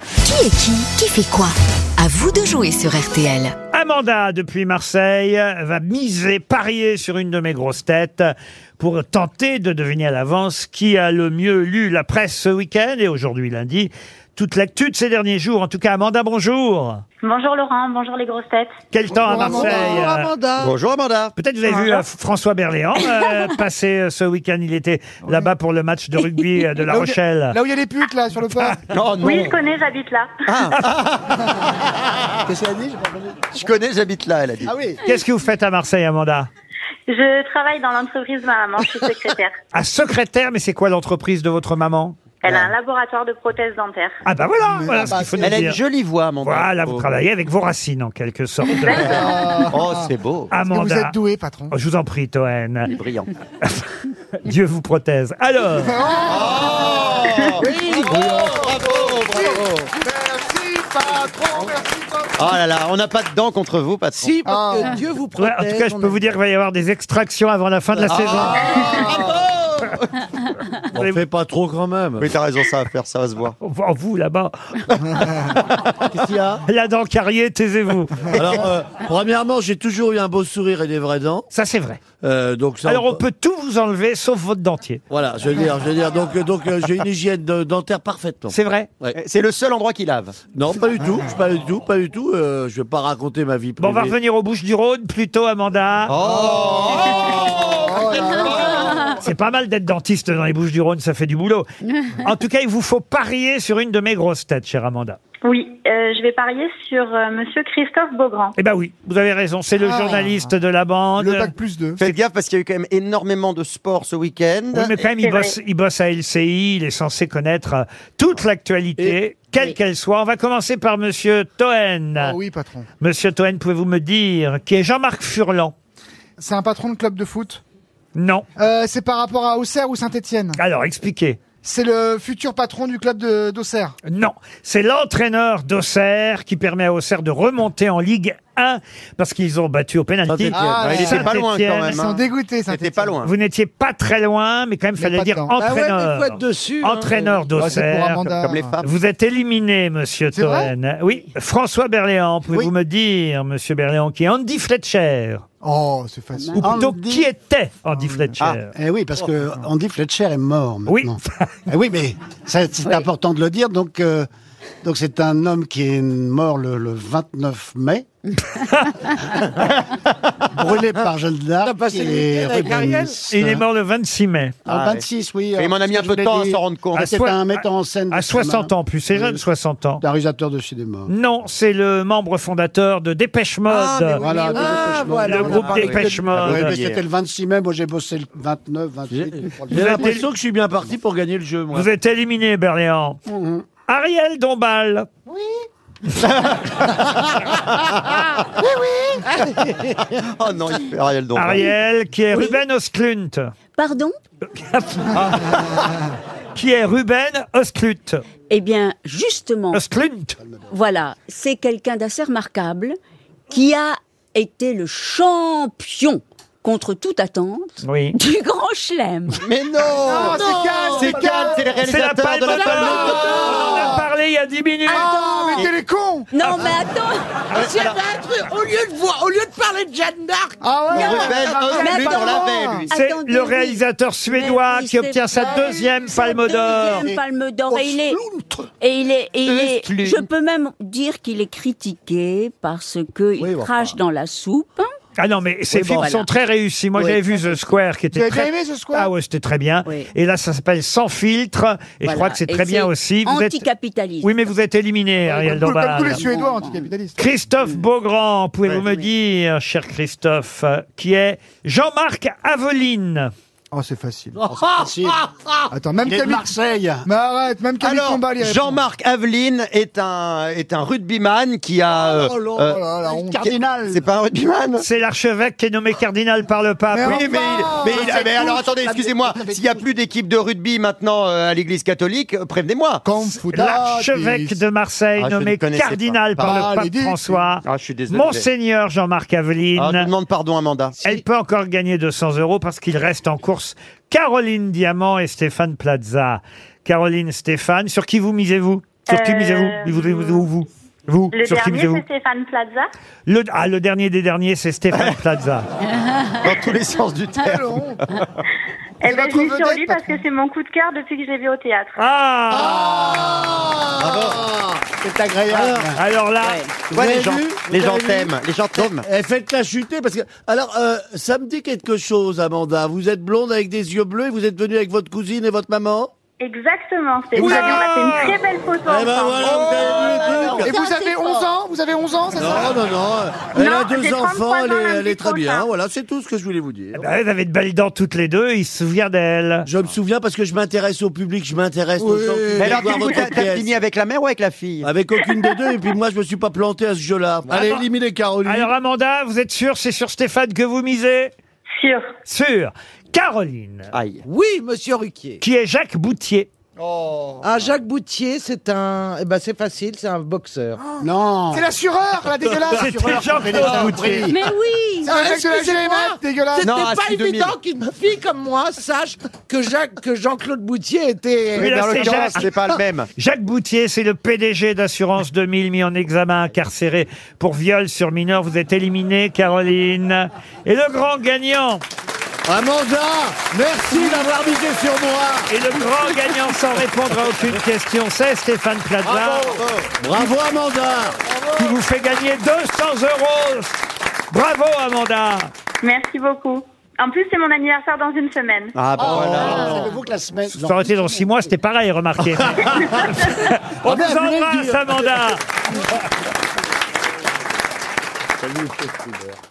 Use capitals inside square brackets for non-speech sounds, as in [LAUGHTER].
Qui est qui Qui fait quoi À vous de jouer sur RTL. Amanda, depuis Marseille, va miser, parier sur une de mes grosses têtes pour tenter de deviner à l'avance qui a le mieux lu la presse ce week-end et aujourd'hui lundi. Toute l'actu de ces derniers jours. En tout cas, Amanda, bonjour. Bonjour Laurent, bonjour les grosses têtes. Quel temps à Marseille euh, Bonjour Amanda. Peut-être vous avez vu euh, François Berléand [LAUGHS] euh, passer euh, ce week-end. Il était là-bas pour le match de rugby euh, de La Là où il y a- Rochelle. Là où il y a les putes, là, sur le port. Oh, Non, non. Oui, je connais, j'habite là. Qu'est-ce qu'elle a dit J'ai pas entendu. Je connais, j'habite là, elle a dit. Ah oui. Qu'est-ce que vous faites à Marseille, Amanda Je travaille dans l'entreprise de ma maman, je suis secrétaire. À secrétaire, mais c'est quoi l'entreprise de votre maman Elle a un laboratoire de prothèses dentaires. Ah bah voilà, voilà ce bah, qu'il faut c'est- nous Elle a une dire. jolie voix, Amanda. Voilà, vous Oh. travaillez avec vos racines en quelque sorte. Oh, c'est beau. Que vous Amanda. êtes doué, patron. Oh, je vous en prie, Toen. Il est brillant. Dieu vous protège. Alors, [LAUGHS] Bravo, bravo. Merci, patron. Merci, patron. Oh là là, on n'a pas de dents contre vous, patron. Si, parce que Ah. Dieu vous ouais, protège. en tout cas, je on peux a- vous dire qu'il va y avoir des extractions avant la fin de la saison. Vous allez- pas trop quand même. Oui, t'as raison, ça va faire, ça va se voir. On voit Oh, vous là-bas. [LAUGHS] La dent carrier, taisez-vous. Alors, euh, premièrement, j'ai toujours eu un beau sourire et des vraies dents. Ça, c'est vrai. Euh, donc ça, Alors, on peut tout vous enlever sauf votre dentier. Voilà, je veux dire, je veux dire, donc, euh, donc euh, j'ai une hygiène de- dentaire parfaitement. C'est vrai Eh, C'est le seul endroit qui lave. Non, pas du tout, pas du tout, pas du tout. euh, je vais pas raconter ma vie Bon, privée. on va revenir aux Bouches du Rhône plutôt, Amanda. Oh. [LAUGHS] C'est pas mal d'être dentiste dans les Bouches du Rhône, ça fait du [LAUGHS] boulot. En tout cas, il vous faut parier sur une de mes grosses têtes, chère Amanda. Oui, euh, je vais parier sur euh, Monsieur Christophe Beaugrand. Eh ben oui, vous avez raison, c'est le Ah. journaliste de la bande. Le bac plus 2. Faites gaffe parce qu'il y a eu quand même énormément de sport ce week-end. Oui, mais quand même, il C'est bosse, il bosse à LCI, il est censé connaître euh, toute l'actualité, quelle qu'elle soit. On va commencer par Monsieur Toen. Ah oui, patron. Monsieur Toen, pouvez-vous me dire qui est Jean-Marc Furlan C'est un patron de club de foot. Non. Euh, c'est par rapport à Auxerre ou Saint-Etienne Alors, expliquez. C'est le futur patron du club de- d'Auxerre. Non, c'est l'entraîneur d'Auxerre qui permet à Auxerre de remonter en Ligue 1 parce qu'ils ont battu au pénalty. Saint-Étienne. Ah, Ouais, il était pas loin Saint-Étienne. quand Ils même. sont hein. dégoûtés, Saint-Etienne. C'était pas loin. hein, Vous n'étiez pas très loin, mais quand même, Mais fallait pas dire dedans. Ah ouais, mais faut entraîneur. être dessus. hein. entraîneur Ah, c'est pour d'Auxerre. Amanda. Comme les femmes. Vous êtes éliminé, monsieur C'est vrai Toen. Oui, François Berléand, pouvez-vous Oui. me dire, monsieur Berléand, qui est Andy Fletcher Oh, c'est facile. Ou plutôt, qui était Andy Fletcher Ah. Eh oui, parce que Andy Fletcher est mort Oh. Oui. maintenant. Eh oui, mais ça, c'est important de le dire. Donc, euh, donc c'est un homme qui est mort le, le 29 mai. Brûlé par Jeanne T'as d'Arc passé le et week-end avec Rubens. [LAUGHS] Il est mort le 26 mai, En Ah, 26, oui. Et il m'en a mis un peu de temps à s'en rendre compte. Ah, C'était soi- un metteur en scène. à 60 ans, plus c'est jeune, Oui. 60 ans. Un réalisateur de cinéma. Non, c'est le membre fondateur de Dépêche Mode. Ah, mais oui, Voilà, mais oui. Dépêche Ah, Mode. voilà. le on groupe en parle. Dépêche Mode. Oui, mais hier. c'était le 26 mai. Moi, j'ai bossé le 29, 28. pour le J'ai Vous êtes- l'impression que je suis bien parti pour gagner le jeu, moi. Vous êtes éliminé, Berléand. Ariel Dombal. Oh non, il fait Ariel Dombal. Ariel, qui est Ruben Osklunt. Pardon Qui est Ruben Osklunt. Eh bien, justement, Osklunt. voilà, c'est quelqu'un d'assez remarquable qui a été le champion contre toute attente Oui. du Grand Chelem. Mais non Ah, c'est calme, C'est calme, c'est C'est le la réalisateur palme de la d'Or. Palme On en a d'Or. parlé il y a 10 minutes. Ah, mais t'es les cons Non, mais attends, ah, C'est un truc, au lieu de voir, au lieu de parler de Jeanne d'Arc, Ah ouais Ruben, mais oh, lui, on attends. l'avait, lui. C'est Attendez, le oui. réalisateur suédois Mais oui, qui obtient c'est sa vrai. deuxième Sa palme d'or. deuxième Palme d'Or. Et il est, et il est, et il est- Exclu. je peux même dire qu'il est critiqué parce que il crache dans la soupe. Ah non, mais ces Oui, bon, films voilà. sont très réussis. Moi, Oui. j'avais vu The Square qui Vous était avez bien très... aimé ce square Ah ouais, c'était très bien. Oui. Et là, ça s'appelle Sans filtre. Et je Voilà. crois que c'est Et très bien aussi. Vous êtes... Anticapitaliste. Oui, mais vous êtes éliminé, Ariel Comme Dombal. tous les Suédois anticapitalistes. Christophe Beaugrand, pouvez-vous me dire, cher Christophe, euh, qui est Jean-Marc Aveline Oh, c'est facile. Si. [LAUGHS] Attends, même Il est de Camille... Marseille. Mais arrête, même Camille Alors, Combal y répond. Jean-Marc Aveline est un, est un rugbyman qui a... euh, Oh là euh, là, la honte. Cardinal. c'est pas un rugbyman C'est l'archevêque qui est nommé cardinal par le pape. Mais Oui, mais, il- mais, il- mais alors attendez, excusez-moi, s'il n'y a plus d'équipe de rugby maintenant euh, à l'église catholique, euh, prévenez-moi. L'archevêque de Marseille Ah, je ne nommé connaissais pas. cardinal par le Ah, pape les dix. François. Ah, je suis désolé. Monseigneur Jean-Marc Ah, je vous Aveline. demande pardon, Amanda. Elle peut encore gagner 200 euros parce qu'il reste en course Caroline Diamant et Stéphane Plaza. Caroline, Stéphane, sur qui vous misez-vous Sur qui Euh, misez-vous Vous, vous, vous, vous Le Sur qui dernier, misez-vous c'est Stéphane Plaza. le, Ah, le dernier des derniers, c'est [LAUGHS] Stéphane Plaza. Dans tous les sens du terme. Eh ben, votre je mise sur vedette, lui parce que c'est mon coup de cœur depuis que je l'ai vu au théâtre. Ah C'est agréable. Ah. Alors là, Tu vois, Vous les avez gens, vu les Vous gens avez vu t'aiment. Les gens t'aiment. Eh, faites-la chuter parce que. Alors, euh, ça me dit quelque chose, Amanda. Vous êtes blonde avec des yeux bleus et vous êtes venue avec votre cousine et votre maman Exactement, Stéphane. Oula On a fait une très belle photo Eh ben ensemble. oh, voilà, vous avez vu le truc. Et vous avez 11 ans Vous avez 11 ans, c'est ça Non, non, non. Elle Non, a j'ai deux 33 enfants, elle est, ans lundi elle est très bien. prochain. Voilà, c'est tout ce que je voulais vous dire. elles avaient ben, de belles dents toutes les deux, il se souvient d'elle. Je me souviens parce que je m'intéresse au public, je m'intéresse aux Oui. gens qui Mais viennent alors, voir du coup, votre t'as t'as pièce. fini avec la mère ou avec la fille Avec aucune des deux, et puis moi, je me suis pas planté à ce jeu-là. Ah, Allez, Attends. éliminez Caroline. Alors Amanda, vous êtes sûre, c'est sur Stéphane que vous misez Sûr. Sur Caroline, Aïe. Oui, monsieur Ruquier. qui est Jacques Boutier. Ah, Jacques Boutier, c'est un. Eh ben, c'est facile, c'est un boxeur. Non. C'est l'assureur, la dégueulasse C'était Jean-Claude Boutier. Mais oui C'est un mec de la GMF, dégueulasse C'était Non, pas Asti 2000. évident qu'une fille comme moi sache que Jacques, que Jean-Claude Boutier était. Oui, là, Mais en c'est l'occurrence, Jacques. c'est pas le même. Jacques Boutier, c'est le PDG d'Assurance 2000 mis en examen incarcéré pour viol sur mineur. Vous êtes éliminé, Caroline. Et le grand gagnant, Amanda, merci d'avoir misé sur moi. et le grand gagnant sans répondre à aucune question, c'est Stéphane Plaza Bravo, Amanda. qui vous fait gagner 200 euros. Bravo, Amanda. Merci beaucoup. En plus, c'est mon anniversaire dans une semaine. Ah, bah voilà. Savez-vous que la semaine. Ça aurait été dans six mois, c'était pareil, remarquez. On vous embrasse, Amanda.